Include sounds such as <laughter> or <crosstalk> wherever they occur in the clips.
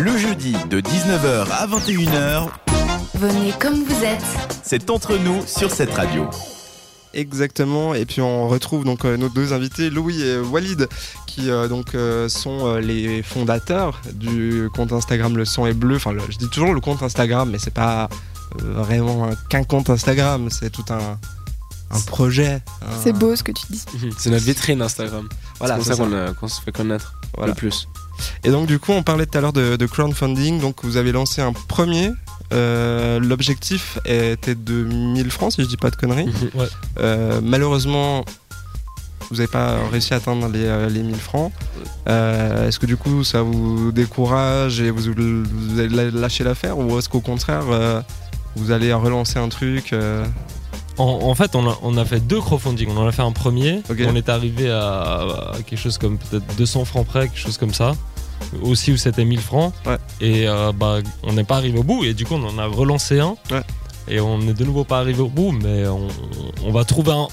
Le jeudi de 19h à 21h, Venez comme vous êtes. c'est entre nous sur cette radio. Exactement, et puis on retrouve donc euh, nos deux invités, Louis et Walid, qui euh, donc euh, sont euh, les fondateurs du compte Instagram Le Sang est Bleu. Enfin, le- je dis toujours le compte Instagram, mais c'est pas euh, vraiment un- qu'un compte Instagram, c'est tout un, un projet. un- C'est beau ce que tu dis. C'est notre vitrine Instagram. Voilà, Mhm. c'est c'est pour ça ça. qu'on euh, qu'on se fait connaître Voilà. le plus. Et donc du coup, on parlait tout à l'heure de, de crowdfunding, donc vous avez lancé un premier. Euh, L'objectif était de 1000 francs, si je dis pas de conneries. Ouais. Euh, malheureusement, vous n'avez pas réussi à atteindre les, euh, les 1000 francs. Euh, est-ce que du coup, ça vous décourage et vous, vous allez la- lâcher l'affaire ou est-ce qu'au contraire, euh, vous allez relancer un truc euh, En, en fait, on a, on a fait deux crowdfunding. On en a fait un premier. Ok. On est arrivé à, à quelque chose comme peut-être 200 francs près, quelque chose comme ça. Aussi où c'était 1000 francs. Ouais. Et euh, bah, on n'est pas arrivé au bout. Et du coup, on en a relancé un. Ouais. Et on n'est de nouveau pas arrivé au bout. Mais on, on va trouver un,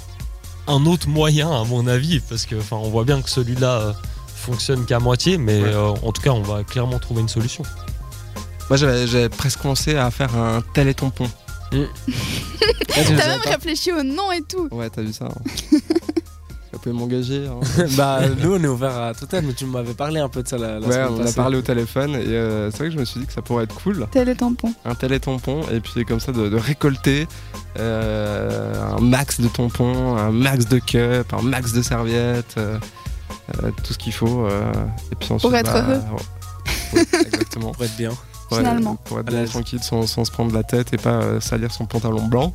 un autre moyen, à mon avis. Parce que, enfin, on voit bien que celui-là euh, fonctionne qu'à moitié. Mais Ouais. euh, en tout cas, on va clairement trouver une solution. Moi, j'avais, j'avais presque pensé à faire un tel et ton pont. T'as même réfléchi au nom et tout. Ouais, t'as vu ça <laughs> hein. Vous pouvez m'engager. hein. <laughs> bah, nous, on est ouvert à tout mais tu m'avais parlé un peu de ça la, la Ouais, semaine on a passée. parlé au téléphone et euh, c'est vrai que je me suis dit que ça pourrait être cool, Tel est tampon. un tel et tampon, et puis comme ça de, de récolter euh, un max de tampons, un max de cups, un max de serviettes, euh, euh, tout ce qu'il faut. euh, et puis ensuite, Pour être bah, heureux. ouais. Ouais, exactement. <laughs> Pour être bien. Pour Finalement. Être, pour être À bien l'aise. tranquille sans, sans se prendre la tête et pas euh, salir son pantalon blanc.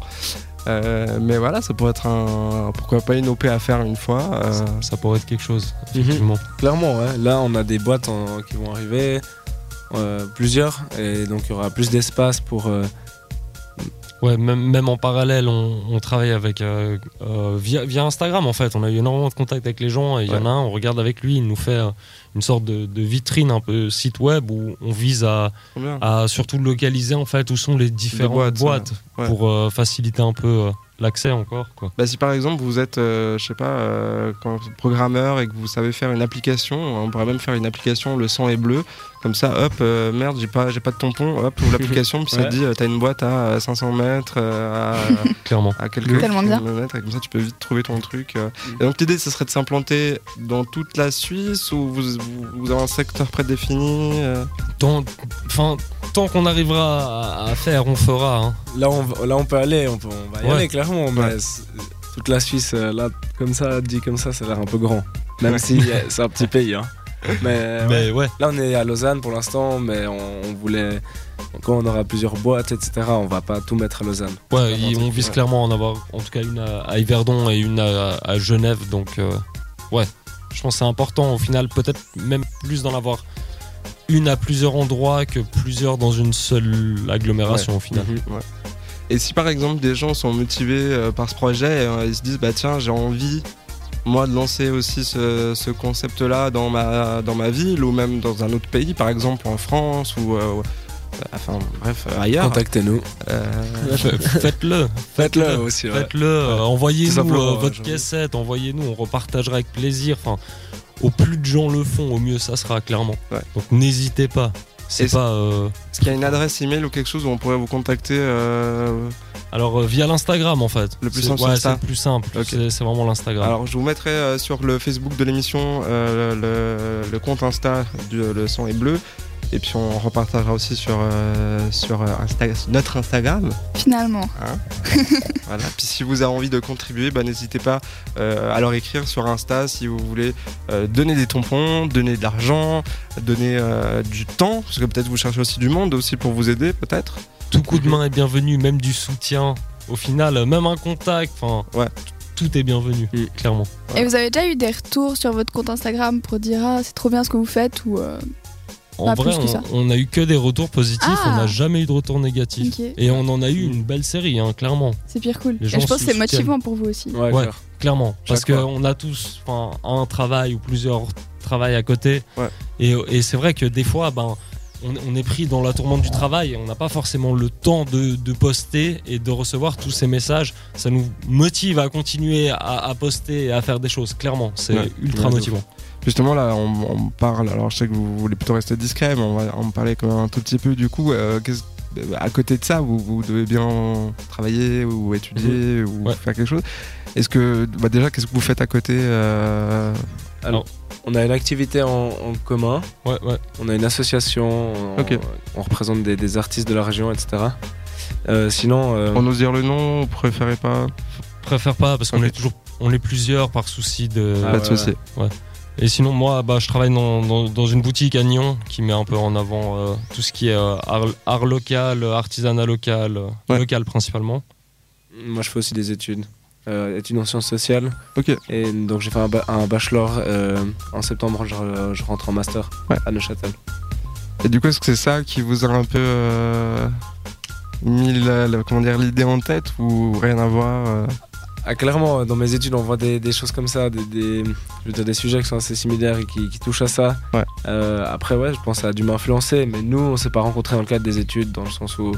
Euh, mais voilà, ça pourrait être un. Pourquoi pas une OP à faire une fois. euh, Mmh. Ça pourrait être quelque chose, Mhm. effectivement. Clairement, ouais. Là, on a des boîtes en- qui vont arriver, euh, plusieurs, et donc il y aura plus d'espace pour. euh, Ouais, même, même en parallèle, on, on travaille avec euh, euh, via, via Instagram en fait. On a eu énormément de contacts avec les gens. et Il y en a un, on regarde avec lui, il nous fait euh, une sorte de, de vitrine un peu site web où on vise à, combien à surtout localiser en fait où sont les différentes boîtes, boîtes, ouais. Ouais. pour euh, faciliter un peu euh, l'accès encore quoi. Bah, si par exemple vous êtes, euh, je sais pas, euh, quand- programmeur et que vous savez faire une application, on pourrait même faire une application, le sang est bleu, comme ça, hop, euh, merde, j'ai pas, j'ai pas de tampon, hop, ouvre l'application, puis ça Ouais. te dit, euh, t'as une boîte à euh, 500 mètres, euh, à, Clairement. à quelques Tellement bien. kilomètres, et comme ça tu peux vite trouver ton truc. euh. Et donc l'idée, ce serait de s'implanter dans toute la Suisse ou vous, vous, vous avez un secteur prédéfini euh, Tant, enfin, tant qu'on arrivera à, à faire, on fera. hein. Là, on, va- là, on peut aller, on, peut- on va y Ouais. aller, clairement. mais Ouais. c'est- toute la Suisse, euh, là, comme ça, dit comme ça, ça a l'air un peu grand. Même Ouais. si euh, c'est un <laughs> petit pays. hein. Mais, ouais. Mais ouais. là, on est à Lausanne pour l'instant, mais on, on voulait. Quand on aura plusieurs boîtes, etc., on va pas tout mettre à Lausanne. Ouais, il- Vraiment, on c'est- vise ouais. clairement à en avoir en tout cas une à, à Yverdon et une à, à Genève. Donc, euh, ouais, je pense que c'est important au final, peut-être même plus d'en avoir une à plusieurs endroits que plusieurs dans une seule agglomération au final. Et si par exemple des gens sont motivés euh, par ce projet et euh, ils se disent bah tiens j'ai envie moi de lancer aussi ce, ce concept là dans ma, dans ma ville ou même dans un autre pays par exemple en France ou euh, ou- euh, enfin bref euh, ailleurs Contactez-nous. euh, Fait- Faites-le, Faites-le aussi. ouais. faites-le, euh, Tout envoyez-nous simplement, euh, ouais, votre j'avoue. cassette, envoyez-nous, on repartagera avec plaisir. Enfin, au plus de gens le font, au mieux ça sera clairement. Ouais. Donc n'hésitez pas. Et C'est c- pas. euh, est-ce qu'il y a une adresse email ou quelque chose où on pourrait vous contacter euh, Alors euh, via l'Instagram en fait. Le plus C'est- simple, ouais, c'est ça c'est le plus simple. Ok. C'est- C'est vraiment l'Instagram. alors je vous mettrai euh, sur le Facebook de l'émission euh, le, le compte Insta du Le Sang est Bleu et puis on repartagera aussi sur, euh, sur euh, Insta- notre Instagram Finalement. Voilà. Puis si vous avez envie de contribuer, bah, n'hésitez pas euh, à leur écrire sur Insta si vous voulez euh, donner des tampons, donner de l'argent, donner euh, du temps, parce que peut-être vous cherchez aussi du monde aussi pour vous aider, peut-être. tout coup de main est bienvenu, même du soutien. Au final, euh, même un contact, enfin, Ouais. t- tout est bienvenu, Mm. clairement. Et vous avez déjà eu des retours sur votre compte Instagram pour dire ah c'est trop bien ce que vous faites ou euh, En Pas vrai, plus que ça. on, on a eu que des retours positifs, Ah. on n'a jamais eu de retour négatif. ok Et on en a eu une belle série, hein, clairement. c'est pire cool. Les Et gens je pense que c'est se soutiennent. motivant pour vous aussi. Ouais, Ouais. clair. Clairement, parce fois. qu'on a tous enfin, un travail ou plusieurs travails à côté. Ouais. Et, et c'est vrai que des fois, ben, on, on est pris dans la tourmente du travail et on n'a pas forcément le temps de, de poster et de recevoir tous ces messages. Ça nous motive à continuer à, à poster et à faire des choses, clairement. C'est Ouais. ultra Ouais, de motivant. Justement, là, on, on parle. Alors, je sais que vous voulez plutôt rester discret, mais on va en parler quand même un tout petit peu. Du coup, euh, qu'est-ce- à côté de ça, vous, vous devez bien travailler ou Mhm. étudier ou Ouais. faire quelque chose. Est-ce que, bah, déjà, qu'est-ce que vous faites à côté euh, On a une activité en, en commun, Ouais, ouais. on a une association, on, Ok. on représente des, des artistes de la région, etc. Euh, sinon, euh, On ose dire le nom, vous préférez pas Préfère pas parce qu'on Ok. est toujours, on est plusieurs par souci de. Ah Pas ouais, de souci. Et sinon, moi, bah, je travaille dans, dans- dans une boutique à Nyon qui met un peu en avant euh, tout ce qui est euh, art, art local, artisanat local, euh, Ouais. local principalement. moi je fais aussi des études, euh, études en sciences sociales. Ok. Et donc j'ai fait un, ba- un bachelor euh, en septembre, je, je rentre en master Ouais. à Neuchâtel. Et du coup, est-ce que c'est ça qui vous a un peu euh, mis la- la- comment dire, l'idée en tête ou rien à voir euh Ah, clairement, dans mes études, on voit des, des choses comme ça, des, des, je veux dire, des sujets qui sont assez similaires et qui, qui touchent à ça. Ouais. Euh, après, ouais, je pense que ça a dû m'influencer, mais nous, on s'est pas rencontrés dans le cadre des études, dans le sens où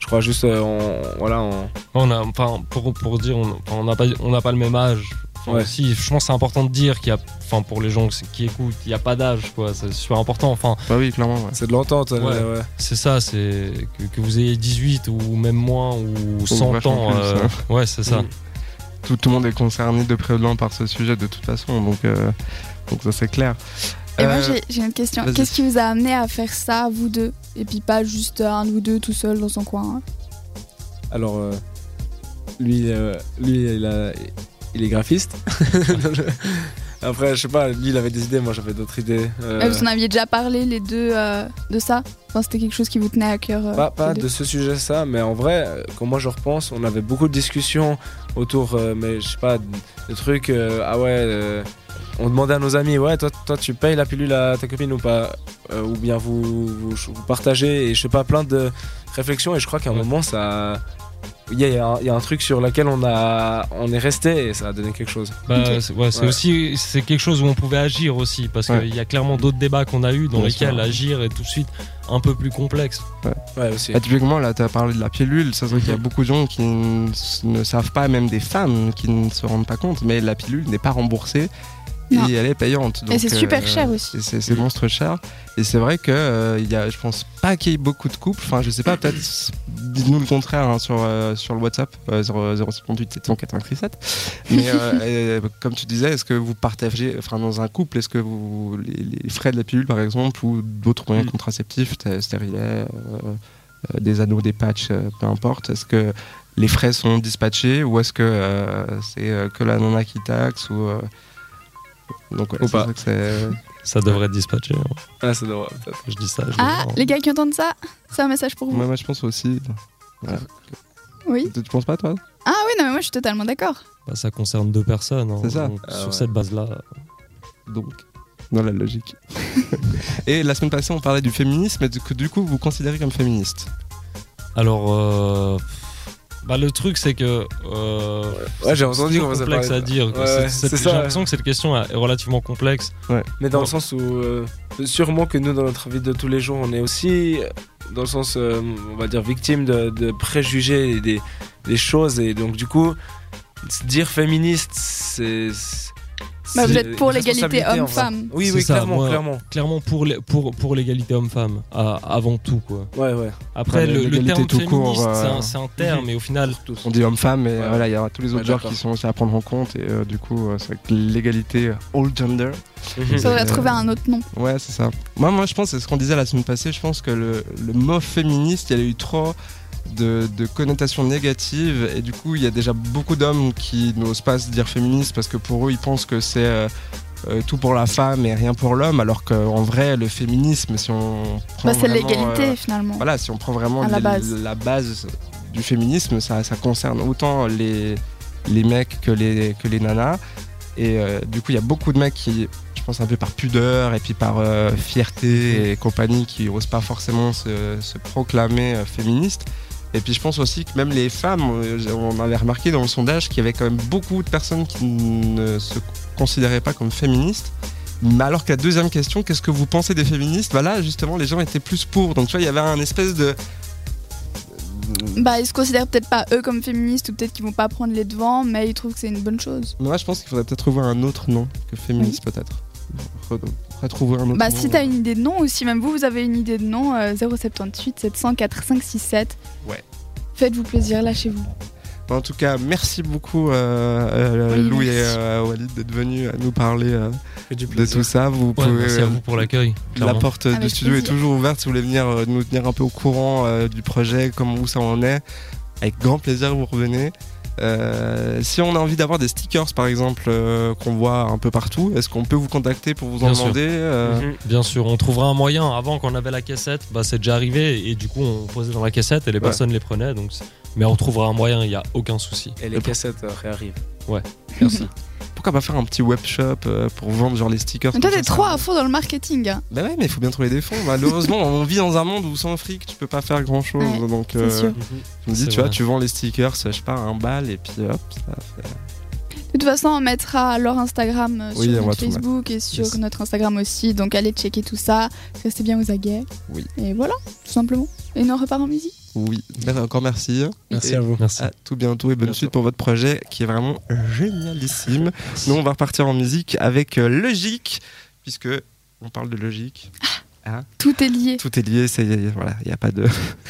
je crois juste, euh, on, voilà, on- On a, enfin, pour, pour dire, on enfin, on n'a pas, on n'a pas le même âge. Enfin, Ouais. si, je pense que c'est important de dire qu'il y a, enfin, pour les gens qui écoutent, il n'y a pas d'âge, quoi. C'est super important. Enfin, Bah oui, clairement. ouais. c'est de l'entente. euh, Ouais. ouais. c'est ça, c'est que, que vous ayez 18 ou même moins ou 100 vachement ans. plus, euh, ouais, c'est ça. Mm. Tout, tout le monde est concerné de près ou de loin par ce sujet de toute façon, donc, euh, donc ça c'est clair. Et moi, Euh, j'ai- j'ai une question. vas-y. Qu'est-ce qui vous a amené à faire ça, vous deux Et puis pas juste un ou deux tout seul dans son coin. hein. Alors, euh, lui, euh, lui il, a- il est graphiste. <laughs> après, je sais pas, lui, il avait des idées, moi, j'avais d'autres idées. euh, Ouais, Vous en aviez déjà parlé, les deux, euh, de ça Enfin, C'était quelque chose qui vous tenait à cœur euh, Pas, pas les deux. de ce sujet ça, mais en vrai, euh, quand moi je repense, on avait beaucoup de discussions autour, euh, mais je sais pas, de trucs, euh, ah ouais, euh, on demandait à nos amis, ouais, toi, toi tu payes la pilule à ta copine ou pas, Euh, ou bien vous, vous, vous partagez, et je sais pas, plein de réflexions, et je crois qu'à un Ouais. moment, ça... Il y, a- il y a un- il y a un truc sur lequel on, a, on est resté et ça a donné quelque chose. Bah, Ok. c'est- ouais, c'est Ouais. aussi c'est quelque chose où on pouvait agir aussi parce Ouais. qu'il y a clairement d'autres débats qu'on a eu dans Bien lesquels sûr. agir est tout de suite un peu plus complexe. Ouais, aussi. Bah, typiquement, là, tu as parlé de la pilule. Ça se voit qu'il y a beaucoup de gens qui n- ne savent pas, même des femmes qui ne se rendent pas compte, mais la pilule n'est pas remboursée Non. et elle est payante. Et Donc, euh, c'est super cher aussi. et C'est c'est monstre cher. Et c'est vrai que euh, il y a, je pense pas qu'il y ait beaucoup de couples. Enfin, je sais pas, peut-être dites-nous le contraire hein, sur, euh, sur le WhatsApp euh, 0- 058 797. Mais <laughs> euh, et, euh, comme tu disais, est-ce que vous partagez, enfin, dans un couple, est-ce que vous, les, les frais de la pilule par exemple ou d'autres moyens Mm. contraceptifs, t- stérilet, euh, euh, des anneaux, des patchs, euh, peu importe, est-ce que les frais sont dispatchés ou est-ce que euh, c'est euh, que la nana qui taxe ou euh, donc ouais, Ou c'est euh, pas. ça que c'est- Ça devrait être dispatché. hein. Ah, c'est drôle, peut-être. Je dis ça. je dis hein. Ah, ça. les gars qui entendent ça, c'est un message pour vous. Moi, moi, je pense aussi. Oui. Tu, tu penses pas, toi Ah oui, non, mais moi je suis totalement d'accord. Bah, ça concerne deux personnes. hein. C'est ça. Donc, Ah sur ouais. cette base-là. Donc, dans la <laughs> logique. Et la semaine passée, on parlait du féminisme, et du coup, du coup, vous vous considérez comme féministe. Alors, euh, bah, le truc c'est que euh, Ouais, j'ai entendu c'est qu'on faisait complexe parler à de- dire. quoi. Ouais, C'est- ouais, c'est- c'est J'ai ça, l'impression que cette question est relativement complexe. Mais dans Ouais. le sens où, euh, sûrement que nous, dans notre vie de tous les jours, on est aussi, euh, dans le sens, euh, on va dire, victime de, de préjugés et des, des choses. Et donc, du coup, se dire féministe, c'est. Bah, vous c'est êtes pour une l'égalité responsabilité, en homme-femme. vrai. Oui, C'est oui, ça, clairement, moi- clairement. Clairement pour les- pour pour l'égalité homme-femme à- avant tout quoi. Ouais, ouais. Ouais, Après le, le l'égalité terme tout féministe court, euh, c'est un- c'est un, terme mais au final Tous. On <laughs> dit homme-femme, mais Ouais. voilà, il y a tous les autres Ouais, genres d'accord. qui sont aussi à prendre en compte, et euh, du coup, euh, c'est vrai que l'égalité euh, all gender. Mhm. Ça Euh, aurait trouvé un autre nom. Ouais, c'est ça. Moi, moi, je pense, c'est ce qu'on disait la semaine passée, je pense que le, le mot féministe, il y a eu trop de, de connotations négatives, et du coup, il y a déjà beaucoup d'hommes qui n'osent pas se dire féministe parce que pour eux, ils pensent que c'est euh, euh, tout pour la femme et rien pour l'homme, alors qu'en vrai, le féminisme, si on prend. Bah, c'est vraiment, l'égalité euh, finalement. voilà, si on prend vraiment À la les- base. la base du féminisme, ça, ça concerne autant les, les mecs que les, que les nanas. Et euh, du coup, il y a beaucoup de mecs qui, je pense, un peu par pudeur et puis par euh, Mmh. fierté et compagnie, qui n'osent pas forcément se, se proclamer euh, féministes. Et puis, je pense aussi que même les femmes, euh, on avait remarqué dans le sondage qu'il y avait quand même beaucoup de personnes qui ne se considéraient pas comme féministes. Mais alors que la deuxième question, qu'est-ce que vous pensez des féministes Bah là, justement, les gens étaient plus pour. Donc, tu vois, il y avait un espèce de. Bah, ils se considèrent peut-être pas eux comme féministes ou peut-être qu'ils vont pas prendre les devants, mais ils trouvent que c'est une bonne chose. Moi, je pense qu'il faudrait peut-être trouver un autre nom que féministe, peut-être. re- retrouver un autre Bah, nom. si t'as une idée de nom ou si même vous, vous avez une idée de nom, euh, 078 704 567. Ouais. Faites-vous plaisir, lâchez-vous. En tout cas, merci beaucoup euh, euh, Oui, Louis merci. et euh, Walid d'être venus à nous parler euh, Que du de plaisir. tout ça. Vous Ouais, pouvez, merci à euh, vous pour l'accueil. La clairement. porte euh, du Avec studio plaisir. est toujours ouverte si vous voulez venir euh, nous tenir un peu au courant euh, du projet, comment où ça en est. Avec grand plaisir, vous revenez. Euh, si on a envie d'avoir des stickers par exemple euh, qu'on voit un peu partout, est-ce qu'on peut vous contacter pour vous en Bien sûr. demander euh, Mhm. Bien sûr, on trouvera un moyen. Avant, qu'on avait la cassette, bah, c'est déjà arrivé. Et du coup, on posait dans la cassette et les Ouais. personnes les prenaient. Donc... c'est- Mais on trouvera un moyen, il n'y a aucun souci. Et les cassettes euh, réarrivent. Merci. Pourquoi pas faire un petit webshop euh, pour vendre genre les stickers Mais toi, comme t'es ça, ça- trop à fond dans le marketing. hein. Bah ouais, mais il faut bien trouver des fonds. Malheureusement, on vit dans un monde où sans fric, tu peux pas faire grand chose. Ouais, donc, euh, c'est sûr. je me dis, C'est tu vois, vrai. tu vends les stickers, je sais pas, un bal, et puis hop, ça fait. De toute façon, on mettra leur Instagram euh, Oui, on sur va notre tout mettre. Facebook et sur Yes. notre Instagram aussi. Donc allez checker tout ça. Restez bien aux aguets. Oui. Et voilà, tout simplement. Et nous on repart en musique. Oui. Mais Ben, Encore merci. <laughs> Merci Et- à vous. Merci. À tout bientôt et bonne Bientôt. suite pour votre projet qui est vraiment génialissime. Nous, on va repartir en musique avec euh, Logique, puisque on parle de logique. Tout est lié. Tout est lié, c'est voilà, il n'y a pas de <laughs>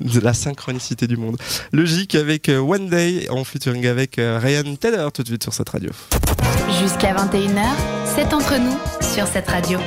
de la synchronicité du monde. Logique avec euh, One Day en featuring avec euh, Ryan Taylor tout de suite sur cette radio. Jusqu'à 21h, c'est entre nous sur cette radio.